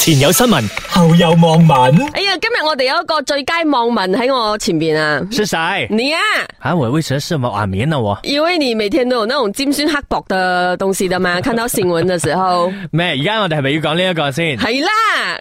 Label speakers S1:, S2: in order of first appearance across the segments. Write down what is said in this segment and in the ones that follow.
S1: 前有新聞，後有網民，
S2: 哎呀，今日我哋有一個最佳網民喺我前邊啊！
S3: 是谁？
S2: 你啊，
S3: 啊，我为什么是网民呢？我
S2: 因为你每天都有那种尖酸刻薄的东西的嘛，看到新聞嘅時候，
S3: 咩？而家我哋系咪要讲呢一个先？
S2: 係啦，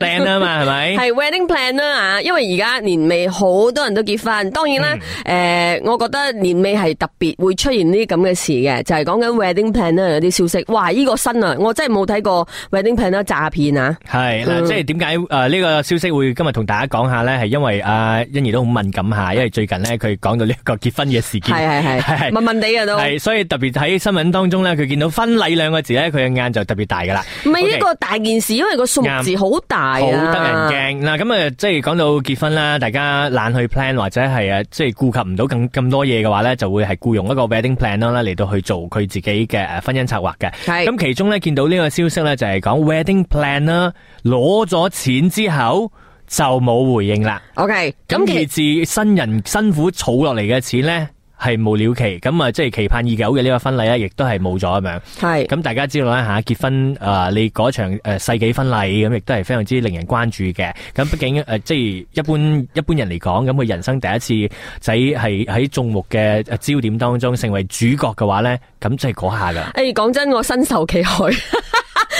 S3: 靓啊 嘛，系咪？
S2: 係 wedding planner 啊，因為而家年尾好多人都結婚，當然啦，
S4: 嗯
S2: 诶、我覺得年尾係特別會出現呢啲咁嘅事嘅，就係講緊 wedding planner 有啲消息，哇！呢、個新啊，我真係冇睇過 wedding planner 詐騙啊！
S3: 系嗱，
S2: 嗯
S3: 即系点解诶呢个消息会今日同大家讲下咧？系因为阿欣怡都好敏感下，因为最近咧佢讲到呢一个结婚嘅事
S2: 係
S3: 件，
S2: 係係，
S3: 係
S2: 問問地嘅都。
S3: 系所以特别喺新闻当中咧，佢见到婚礼两个字咧，佢嘅眼就特别大噶啦。
S2: 唔係
S3: OK
S2: 一個大件事，因為個數目字好大啊，
S3: 好得人驚嗱，咁啊，即係講到結婚啦，大家懶去 plan 或者係啊，即係顧及唔到咁咁多嘢嘅話咧，就會係僱用一個 wedding planner 啦，嚟到去做佢自己嘅呃婚姻策劃嘅。
S2: 係
S3: 咁其中咧見到呢個消息咧，就係講 wedding planner 攞咗錢之後就冇回應啦。
S2: OK，
S3: 咁
S2: 咁
S3: 而
S2: 其
S3: 至新人辛苦儲落嚟嘅錢咧，係無了期，咁啊即係期盼已久嘅呢個婚禮咧，亦都係冇咗咁樣。
S2: 係
S3: 咁大家知道啦嚇，結婚誒、呃你嗰場誒、呃世紀婚禮咁，亦都係非常之令人關注嘅。咁畢竟誒、呃即係一般一般人嚟講，咁佢人生第一次仔係喺眾目嘅呃焦點當中成為主角嘅話咧，咁即係嗰下噶。
S2: 誒講哎真，我身受其害。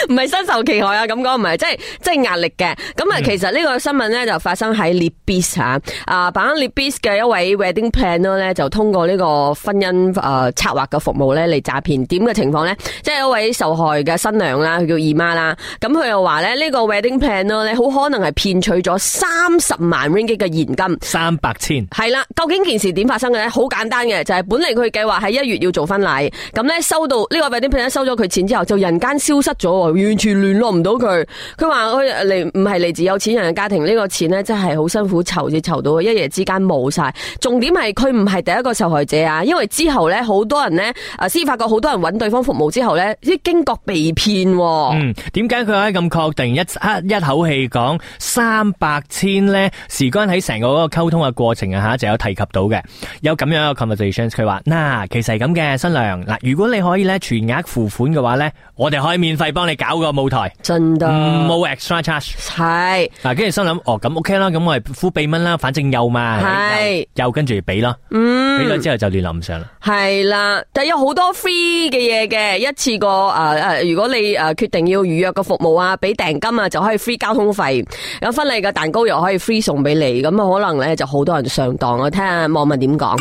S2: 唔係身受其害啊！咁講唔係，即係即係壓力嘅。咁啊，其實呢個新聞咧就發生喺 l i b i s 嚇，啊，把 l i b i s 嘅一位 wedding planner 咧就通過呢個婚姻誒、呃策劃嘅服務咧嚟詐騙。點嘅情況咧？即係一位受害嘅新娘啦，佢叫姨媽啦。咁佢又話咧，呢、個 wedding planner 咧好可能係騙取咗三十萬 ringgit 嘅現金。
S3: 三百千，
S2: 系啦，究竟件事點發生嘅咧？好簡單嘅，就係本嚟佢計劃喺一月要做婚禮，咁咧收到呢個 wedding planner 收咗佢錢之後，就人間消失咗喎，完全聯絡唔到佢。佢話佢嚟唔係嚟自有錢人嘅家庭，呢、個錢咧真係好辛苦籌至籌到，一夜之間冇晒。重點係佢唔係第一個受害者啊，因為之後咧好多人咧，啊先發覺好多人揾對方服務之後咧，啲驚覺被騙喎。
S3: 嗯，點解佢可以咁確定一一一口氣講三百千呢？事關喺成個嗰個溝通嘅過程啊嚇，就有提及到嘅，有咁樣嘅 conversations。佢話嗱，其實係咁嘅，新娘嗱，如果你可以咧全額付款嘅話呢，我哋可以免費幫你搞個舞台，
S2: 真的，
S3: 冇 extra charge。
S2: 係
S3: 嗱，跟住心諗，哦咁 OK 啦，咁我係敷鼻蚊啦，反正有嘛，
S2: 係
S3: 有有跟住俾咯，
S2: 嗯
S3: 俾咗之後就聯絡唔上啦。
S2: 系啦，但有好多 free 嘅嘢嘅，一次過诶诶，如果你诶、呃、决定要預約個服務啊，俾訂金啊，就可以 free 交通費，有婚禮嘅蛋糕又可以 free 送俾你，咁啊可能咧就好多人上當啊，睇下網民點講。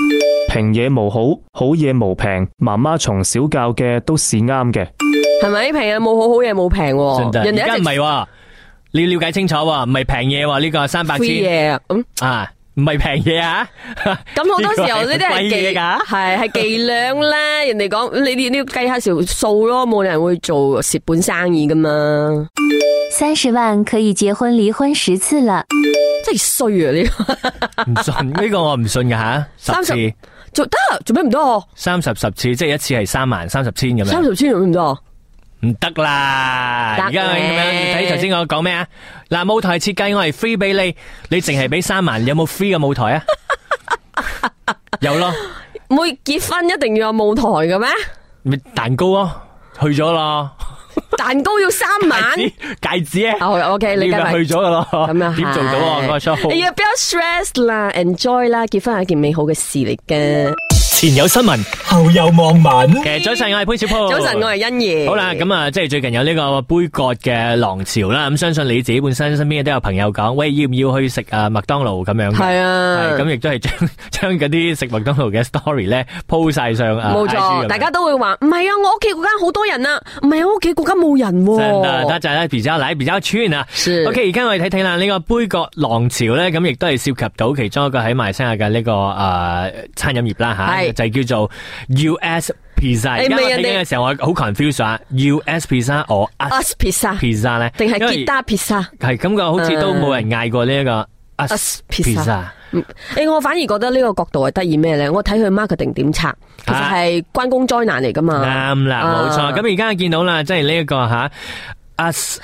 S4: 平嘢無好，好嘢無平。媽媽從小教嘅都是啱嘅。
S2: 係咪平啊？冇好好嘢冇平
S3: 真
S2: 喎，
S3: 係，
S2: 人
S3: 而家
S2: 哋一
S3: 唔
S2: 直
S3: 係喎，你要了解清楚喎，唔係平嘢喎，呢個三百
S2: free
S3: 千。
S2: 嘢啊，咁
S3: 啊，唔系平嘢啊，
S2: 咁好多時候呢啲係
S3: 呢個係貴嘢
S2: 伎
S3: 㗎
S2: 係係伎倆啦，人哋講你你你要計下條數咯，冇人會做蝕本生意噶嘛，
S5: 三十万可以结婚离婚十次了。
S2: 真係衰啊呢
S3: 唔
S2: 個，
S3: 信呢个我唔信噶吓，十次
S2: 30做得做咩唔得啊？
S3: 三十十次，即系一次系三万三十千咁
S2: 三
S3: 样，
S2: 十千做咩唔得啊？
S3: 唔得啦！
S2: 得
S3: 而家咁样，你
S2: 咧
S3: 睇头先我讲咩啊？嗱，舞台设计我系 free 俾你，你净系俾三万，有冇 free 嘅舞 台啊？有咯，
S2: 每结婚一定要有舞台嘅咩？
S3: 咪蛋糕咯，去咗咯，
S2: 蛋糕要三 晚
S3: 戒。指戒指啊，
S2: 哦，OK，
S3: 你
S2: 理解
S3: 咪
S2: 埋。
S3: 去咗噶咯，
S2: 咁又係
S3: 点做到啊？嗰个 show
S2: 哎呀，不要 stress 啦，enjoy 啦，结婚係一件美好嘅事嚟嘅。
S1: 前有新聞，後有網民，
S3: 嘅早晨，我系潘小铺，
S2: 早晨，我係欣怡。
S3: 哦好啦，咁啊，即系最近有呢個杯葛嘅浪潮啦，咁相信你自己本身身邊都有朋友講，喂，要唔要去食啊麥當勞咁樣嘅？
S2: 係啊
S3: 係咁亦都係將 將嗰啲食麥當勞嘅 story 咧 po 晒上啊，
S2: 冇
S3: IG 咁
S2: 錯，
S3: 樣
S2: 大家都會話唔係啊，我屋企嗰間好多人啊，唔係啊，我屋企嗰間冇人
S3: 真的，大
S2: 喎。
S3: 家咧比較嚟比較串啊。
S2: 哦是
S3: OK，而家我哋睇睇啦，呢、個杯葛浪潮咧，咁亦都係涉及到其中一個喺馬來西亞嘅呢、個呃餐飲業啦吓，
S2: 係
S3: 就叫做 US Pizza。而家我
S2: 未人
S3: 睇緊
S2: 哋
S3: 嘅時候，我好 confuse 啊，US Pizza 我 US
S2: Us pizza
S3: Pizza 咧，
S2: 定係
S3: 因為
S2: Gita pizza？
S3: 系咁嘅，好似都冇人嗌過呢一個
S2: 嗯 Us
S3: us
S2: pizza
S3: pizza，
S2: 誒，我反而覺得呢個角度係得意咩咧？我睇佢 marketing 點拆，其實係關公災難嚟噶嘛。
S3: 啊啱啦，冇
S2: 啊
S3: 錯。咁而家見到啦，即係呢一個吓 us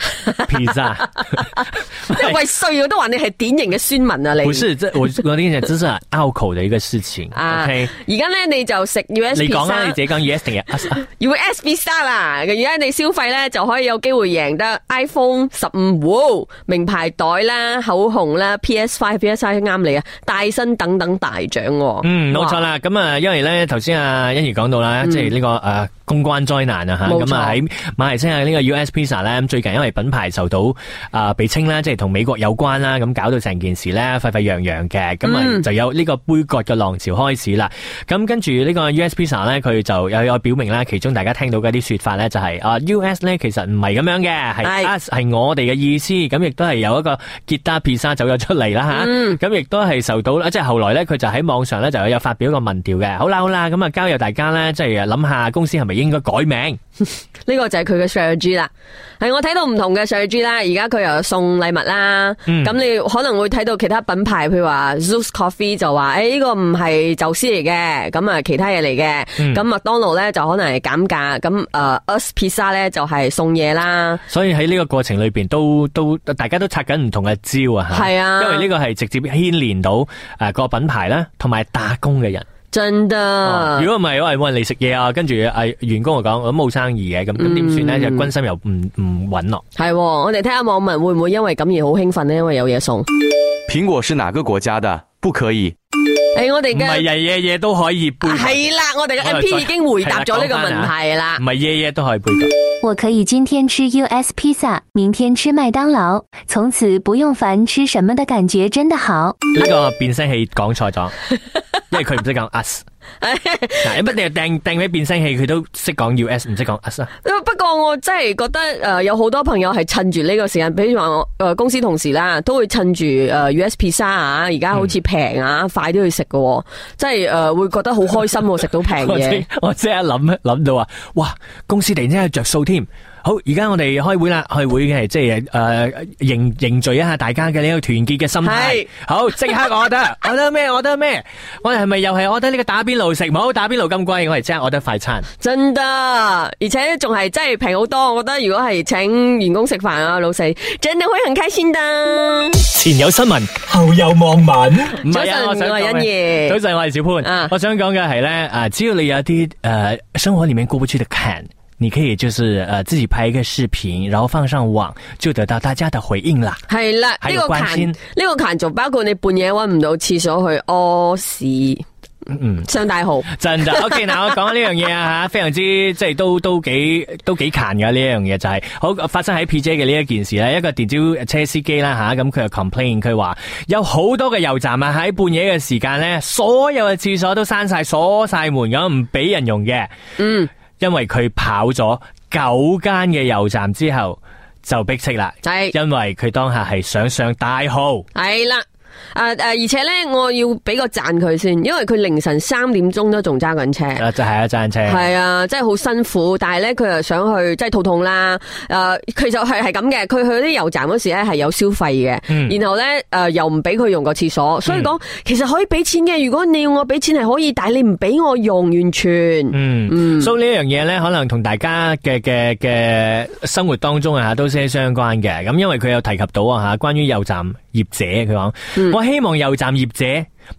S3: pizza。
S2: 喂衰，我都話你係典型嘅酸民啊！你
S3: 不是，这我我跟你讲，这是很拗口的一个事情。
S2: 啊，
S3: OK，
S2: 而家咧你就食 USB
S3: 你讲啦，
S2: 三
S3: 你自己讲 yes 定係 us 啊？
S2: USB Star 啦，而家你消費咧就可以有機會贏得 iPhone 十五，名牌袋啦、口紅啦、PS Five、PS Five 啱你啊，帶身等等大獎喎。
S3: 嗯，冇錯
S2: 哇。嗯
S3: 啦。咁啊，因為咧，頭先啊欣怡講到啦，即係呢個诶公關災難啊吓。
S2: 冇錯
S3: 咁啊喺馬來西亞呢個 US Pizza 咧，咁最近因為品牌受到啊被稱啦，即係同美國有關啦，咁搞到成件事咧沸沸揚揚嘅，咁啊
S2: 嗯
S3: 就有呢個杯葛嘅浪潮開始啦。咁跟住呢個 US Pizza 咧，佢就有有表明啦，其中大家聽到嘅一啲说法咧，就係啊 US 咧其實唔係咁樣嘅，係
S2: 係
S3: us 係我哋嘅意思，咁亦都係有一個吉他 pizza 走咗出嚟啦吓。咁亦都係受到啦，即係後來咧，佢就喺網上咧就有發表一個民調嘅。好啦好啦，咁啊交由大家咧，即係諗下公司係咪應該改名？
S2: 呢個就係佢嘅 strategy 啦，係我睇到唔同嘅 strategy 啦。而家佢又送禮物啦，咁、
S3: 嗯
S2: 你可能會睇到其他品牌，譬如話 Zeus Coffee 就話：，诶、呢、個唔係宙斯嚟嘅，咁啊其他嘢嚟嘅。
S3: 嗯
S2: 咁麥當勞咧就可能係減價，咁诶、呃 US Pizza 咧就係送嘢啦。
S3: 所以喺呢個過程裏边都都大家都拆緊唔同嘅招啊吓。
S2: 係啊
S3: 因為呢個係直接牽連到诶个品牌啦，同埋打工嘅人。
S2: 真的，
S3: 哦如果唔係，喂，冇人嚟食嘢啊，跟住诶員工就講咁冇生意嘅，咁咁點算咧？就軍心又唔唔穩咯。
S2: 係喎我哋睇下網民會唔會因為咁而好興奮呢？因為有嘢送。
S6: 苹果是哪个国家的？不可以。
S2: 诶、我哋
S3: 唔係
S2: 嘅
S3: 日夜夜都可以杯葛，
S2: 係啦，我哋嘅
S3: 我
S2: M
S3: 哋
S2: P
S3: 再
S2: 已經回答咗呢個
S3: 啊
S2: 問題啦
S3: 唔。係夜夜都可以杯葛。
S5: 我可以今天吃 US Pizza，明天吃麦当劳，从此不用烦吃什么的感覺真的好。
S3: 呢個變聲器講錯咗，因為佢唔識講 us。嗱，乜你又掟掟俾變聲器，佢都識講 us，唔識講 us 啊？
S2: 呃不過我真係覺得诶、呃有好多朋友係趁住呢個時間，比如話我诶公司同事啦，都會趁住诶 US Pizza 啊，而家好似平啊，快啲去食嘅喎，即係诶、呃、会觉得好開心喎，食到平
S3: 我
S2: 嘢
S3: 即。我即刻諗諗到啊！哇，公司突然之間有着數添。好，而家我哋開會啦，開會嘅即呃係诶凝凝聚一下大家嘅呢個團結嘅心態
S2: 係。
S3: 好，即刻我得，我得咩？我得咩？我哋係咪又係我得呢個打邊爐食？唔好打邊爐咁貴，我哋即刻我得快餐。
S2: 真得，而且仲係真係平好多。我覺得如果係請員工食飯啊，老細真係會很開心的。
S3: 嗯
S1: 前有新聞，後有網民。
S3: 唔係啊我
S2: 早晨
S3: 想
S2: 我係
S3: 講嘅
S2: 欣怡
S3: 早晨，我係小潘。
S2: 啊
S3: 我想講嘅係咧，啊，只要你有啲呃生活里面過不去的坎，你可以就是呃自己拍一個視頻，然後放上網，就得到大家的回應啦。
S2: 係啦，
S3: 係
S2: 呢
S3: 個
S2: 個
S3: 關
S2: 殘
S3: 先
S2: 呢個殘仲包括你半夜搵唔到廁所去屙屎，
S3: 嗯，
S2: 上大號。
S3: 真噶。OK，嗱，我 講呢樣嘢啊吓，非常之即係都都幾都幾殘噶呢樣嘢就係好發生喺 PJ 嘅呢一件事咧，一個電召車司機啦吓，咁佢就 complain，佢話有好多嘅油站啊喺半夜嘅時間咧，所有嘅廁所都閂晒鎖晒門咁，唔俾人用嘅。
S2: 嗯，
S3: 因为佢跑咗九间嘅油站之后就逼斥啦，
S2: 係
S3: 因为佢当下系想上大号。
S2: 係啦。啊啊！而且咧，我要俾個讚佢先，因為佢凌晨三點鐘都仲揸緊車，
S3: 啊，就系一站车，
S2: 係啊，真係好辛苦。但係咧，佢又想去即係肚痛啦。诶、其實係係咁嘅，佢去啲油站嗰時咧係有消費嘅，
S3: 嗯
S2: 然後咧诶、呃又唔俾佢用個廁所，所以講其實可以俾錢嘅。如果你要我俾錢係可以，但係你唔俾我用，完全
S3: 嗯，所以呢样嘢咧，可能同大家嘅嘅嘅生活当中啊都些相关嘅。咁因为佢有提及到啊吓，关于油站业者，佢讲、我希望油站业者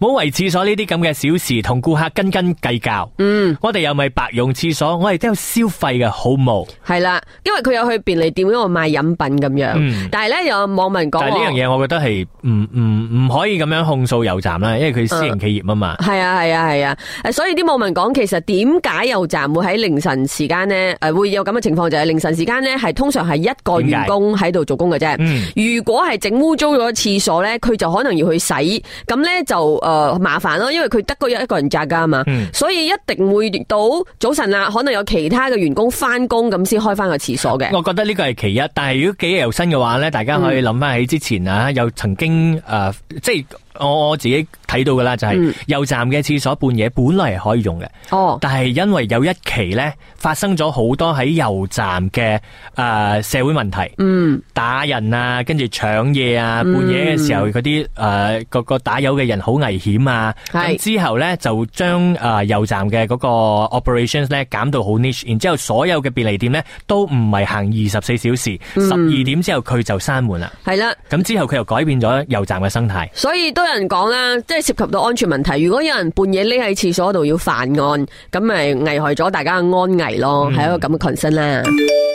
S3: 冇为厕所呢啲咁嘅小事同顾客斤斤计较。嗯，我哋又咪白用厕所，我哋都有消费嘅，好冇？
S2: 係啦，因為佢有去便利店嗰度賣飲品咁樣，
S3: 嗯
S2: 但係咧有網民講
S3: 但係呢樣嘢，我覺得係唔唔唔可以咁樣控訴油站啦，因為佢私營企業啊嘛。
S2: 系啊系啊系啊，诶，所以啲網民講，其實點解油站會喺凌晨時間呢？诶、會有咁嘅情況就係凌晨時間呢，係通常係一個
S3: 點解
S2: 員工喺度做工嘅啫。
S3: 嗯
S2: 如果係整污糟咗廁所呢，佢就可能要去洗，咁呢就诶、呃麻煩咯，因為佢得嗰一個人扎噶嘛，
S3: 嗯
S2: 所以一定會到早晨啦，可能有其他嘅員工翻工咁先開翻個廁所嘅。嗯
S3: 我覺得呢個係其一，但係如果記憶猶新嘅話咧，大家可以諗翻起之前啊，有曾經誒、呃即係我我自己睇到噶啦，就係
S2: 嗯
S3: 右站嘅廁所半夜本來係可以用嘅，
S2: 哦，
S3: 但係因為有一期呢，發生咗好多喺右站嘅诶、呃社會問題，
S2: 嗯，
S3: 打人啊，跟住搶嘢啊，半夜嘅時候嗰啲诶個個打友嘅人好危險啊，
S2: 係
S3: 咁之後呢，就將诶、呃右站嘅嗰個 operations 呢減到好 niche，然之后所有嘅便利店呢，都唔係行二十四小時，十二點之後佢就閂門啦。
S2: 系啦。
S3: 咁之後佢又改變咗油站嘅生態。
S2: 所以都有人講啦，即係涉及到安全問題。如果有人半夜匿喺廁所度要犯案，咁咪危害咗大家嘅安危咯，係一個咁嘅 concern 啦。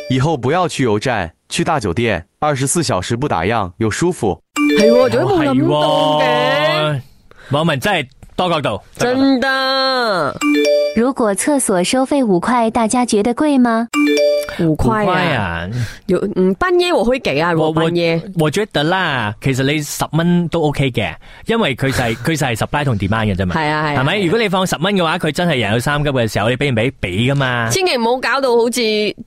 S6: 以后不要去油站，去大酒店，二十四小时不打烊，有舒服。
S2: 係喎，哦做乜冇諗到嘅？
S3: 係喎網民真係多角度，多角度
S2: 真得
S5: 如果厕所收费五块，大家觉得贵吗？
S2: 胡
S3: 乖
S2: 虧啊！
S3: 啊！
S2: 有嗯，半夜我會給啊，
S3: 我
S2: 我
S3: 我
S2: 半夜。
S3: 我覺得啦，其實你十蚊都 OK 嘅，因為佢就係 佢就係 supply 同 demand 嘅啫嘛。
S2: 係啊係啊
S3: 係咪？
S2: 係啊
S3: 如果你放十蚊嘅話，佢真係人有三急嘅時候，你俾唔俾？俾噶嘛。
S2: 千祈唔好搞到好似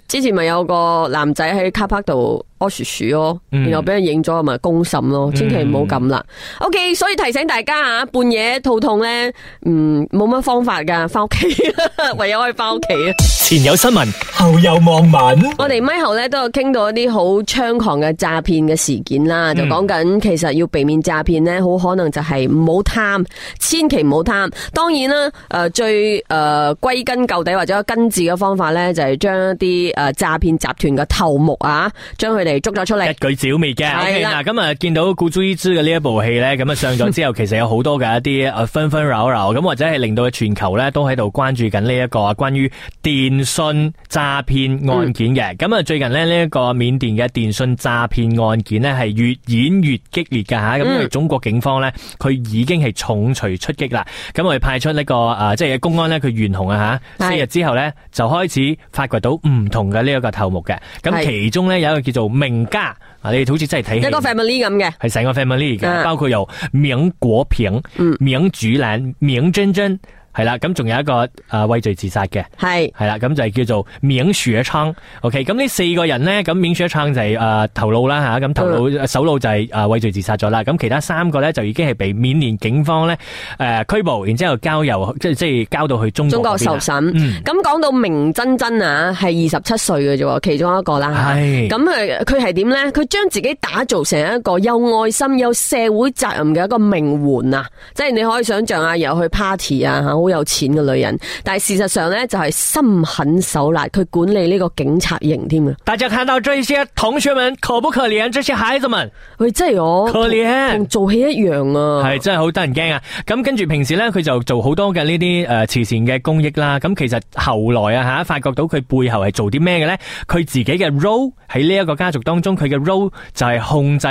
S2: 之前咪有個男仔喺卡 park 度屙鼠鼠咯，
S3: 嗯
S2: 然後俾人影咗咪公審咯，千祈唔好咁啦。OK，所以提醒大家啊，半夜肚痛咧，嗯，冇乜方法噶，翻屋企， 唯有可以翻屋企啊。
S1: 前有新闻，後有網民。
S2: 我哋
S3: 嗯
S2: 咪後咧都有傾到一啲好猖狂嘅詐騙嘅事件
S3: 嗯
S2: 啦，就講緊其實要避免詐騙咧，好可能就係唔好貪，千祈唔好貪。當然啦，誒、最誒、呃、歸根究底或者根治嘅方法咧，就係、將一啲誒詐騙集團嘅頭目啊，將佢哋捉咗出嚟。
S3: 一举剿滅嘅。
S2: 係
S3: OK，
S2: 啦
S3: 嗱，咁啊見到《古珠伊之》嘅呢一部戲咧，咁啊上咗之後，其實有好多嘅一啲誒紛紛擾擾，咁或者係令到全球咧都喺度關注緊呢一個關於電信詐騙案件嘅。咁啊、最近咧呢一個緬甸嘅電信詐騙案件呢，係越演越激烈㗎吓，咁
S2: 嗯
S3: 因為中國警方咧佢已經係重錘出擊啦，咁我哋派出呢、個啊即係公安咧佢懸紅啊吓，四
S2: 係
S3: 日之後咧就開始發掘到唔同嘅呢一個頭目嘅，咁
S2: 係
S3: 其中咧有一個叫做名家啊，你哋好似真係睇戲
S2: 一個 family 咁嘅，
S3: 係成個 family 嘅，
S2: 啊
S3: 包括有名果平、
S2: 嗯
S3: 名主蘭、名珍珍，係啦，咁仲有一個啊畏罪自殺嘅。
S2: 係
S3: 係啦，咁就係叫做免雪倉。OK，咁呢四個人呢，咁免雪倉就係呃頭腦啦吓，咁頭
S2: 嗯
S3: 腦首腦就係呃畏罪自殺咗啦。咁其他三個呢，就已經係被緬甸警方呢诶拘捕，然之后交由即係即系交到去中
S2: 中
S3: 國
S2: 國
S3: 嗰邊
S2: 受
S3: 啦。
S2: 審。
S3: 嗯，
S2: 咁講到明真真啊，係二十七歲嘅啫喎，其中一個啦。
S3: 係
S2: 咁誒，佢係點呢？佢將自己打造成一個有愛心、有社會責任嘅一個名媛啊！即係你可以想象啊，又去 party 啊，好有錢嘅女人。但係事實上呢，就係心狠手辣，佢管理呢個警察營添啊！
S3: 大家看到这些同學們可不可憐？這些孩子們
S2: 佢真係我
S3: 可憐。
S2: 同做戲一樣啊！
S3: 系真係好得人驚啊！咁跟住平時呢，佢就做好多嘅呢啲诶慈善嘅公益啦。咁其實後來啊吓，發覺到佢背後係做啲咩嘅呢？佢自己嘅 role 喺呢一個家族當中，佢嘅 role 就係控制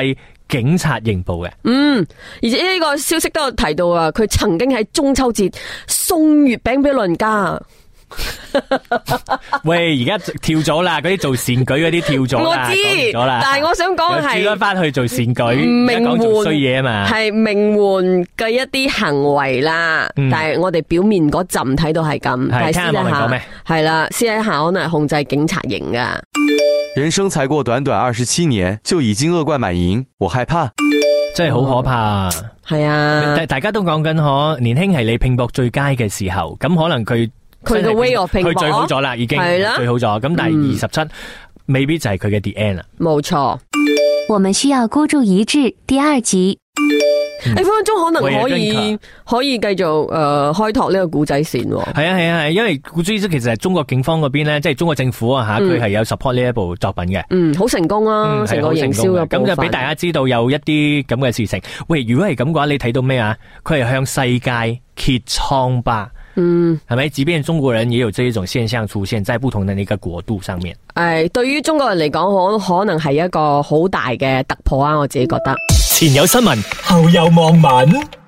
S3: 警察刑 部嘅。
S2: 而且呢個消息都有提到啊，佢曾經喺中秋節送月餅俾老人家。啊
S3: 喂，而家跳咗啦，嗰啲做善舉嗰啲跳咗
S2: 我
S3: 啦，
S2: 知
S3: 講完咗啦，
S2: 但係我想講係
S3: 又轉咗翻去做善舉，
S2: 名
S3: 而家講做衰嘢啊嘛。
S2: 系名媛嘅一啲行為啦，
S3: 嗯
S2: 但係我哋表面嗰陣睇到係咁，但
S3: 聽
S2: 係
S3: 下
S2: 私
S3: 網
S2: 底
S3: 民講咩嗯
S2: 下係啦，私底下可能係控制警察型噶。
S6: 人生才过短短二十七年，就已经恶贯满盈，我害怕。
S3: 真係好可怕啊。
S2: 係啊，
S3: 但大家都講緊可年輕係你拼搏最佳嘅時候，咁可能佢
S2: 佢嘅 way of 拼搏
S3: 佢最好咗啦，已經
S2: 係啦
S3: 最好咗。咁但係
S2: 嗯
S3: 二十七未必就係佢嘅 the end 啦。
S2: 冇錯。
S5: 我们需要孤注一掷。第二集，
S2: 你分分鐘可能可
S3: 嗯我亦跟
S2: 以可以繼續诶开拓呢個古仔線喎。
S3: 係啊係啊係，因為古珠其實係中國警方嗰邊咧，即係中國政府啊吓，佢係有 support 呢一部作品嘅。
S2: 嗯，好成功啊，
S3: 嗯
S2: 嗯成
S3: 係
S2: 個
S3: 好
S2: 營
S3: 成
S2: 銷
S3: 功
S2: 嘅
S3: 嘅，
S2: 部
S3: 咁就俾
S2: 分。
S3: 大家知道有一啲咁嘅事情。喂，如果係咁嘅話，你睇到咩啊？佢係向世界揭瘡疤，
S2: 嗯，
S3: 係咪？即便中國人也有這一種現象出現在不同的那個國度上面。
S2: 诶，对于中國人嚟講，可可能係一個好大嘅突破啊！我自己覺得。
S1: 前有新聞，後有網民。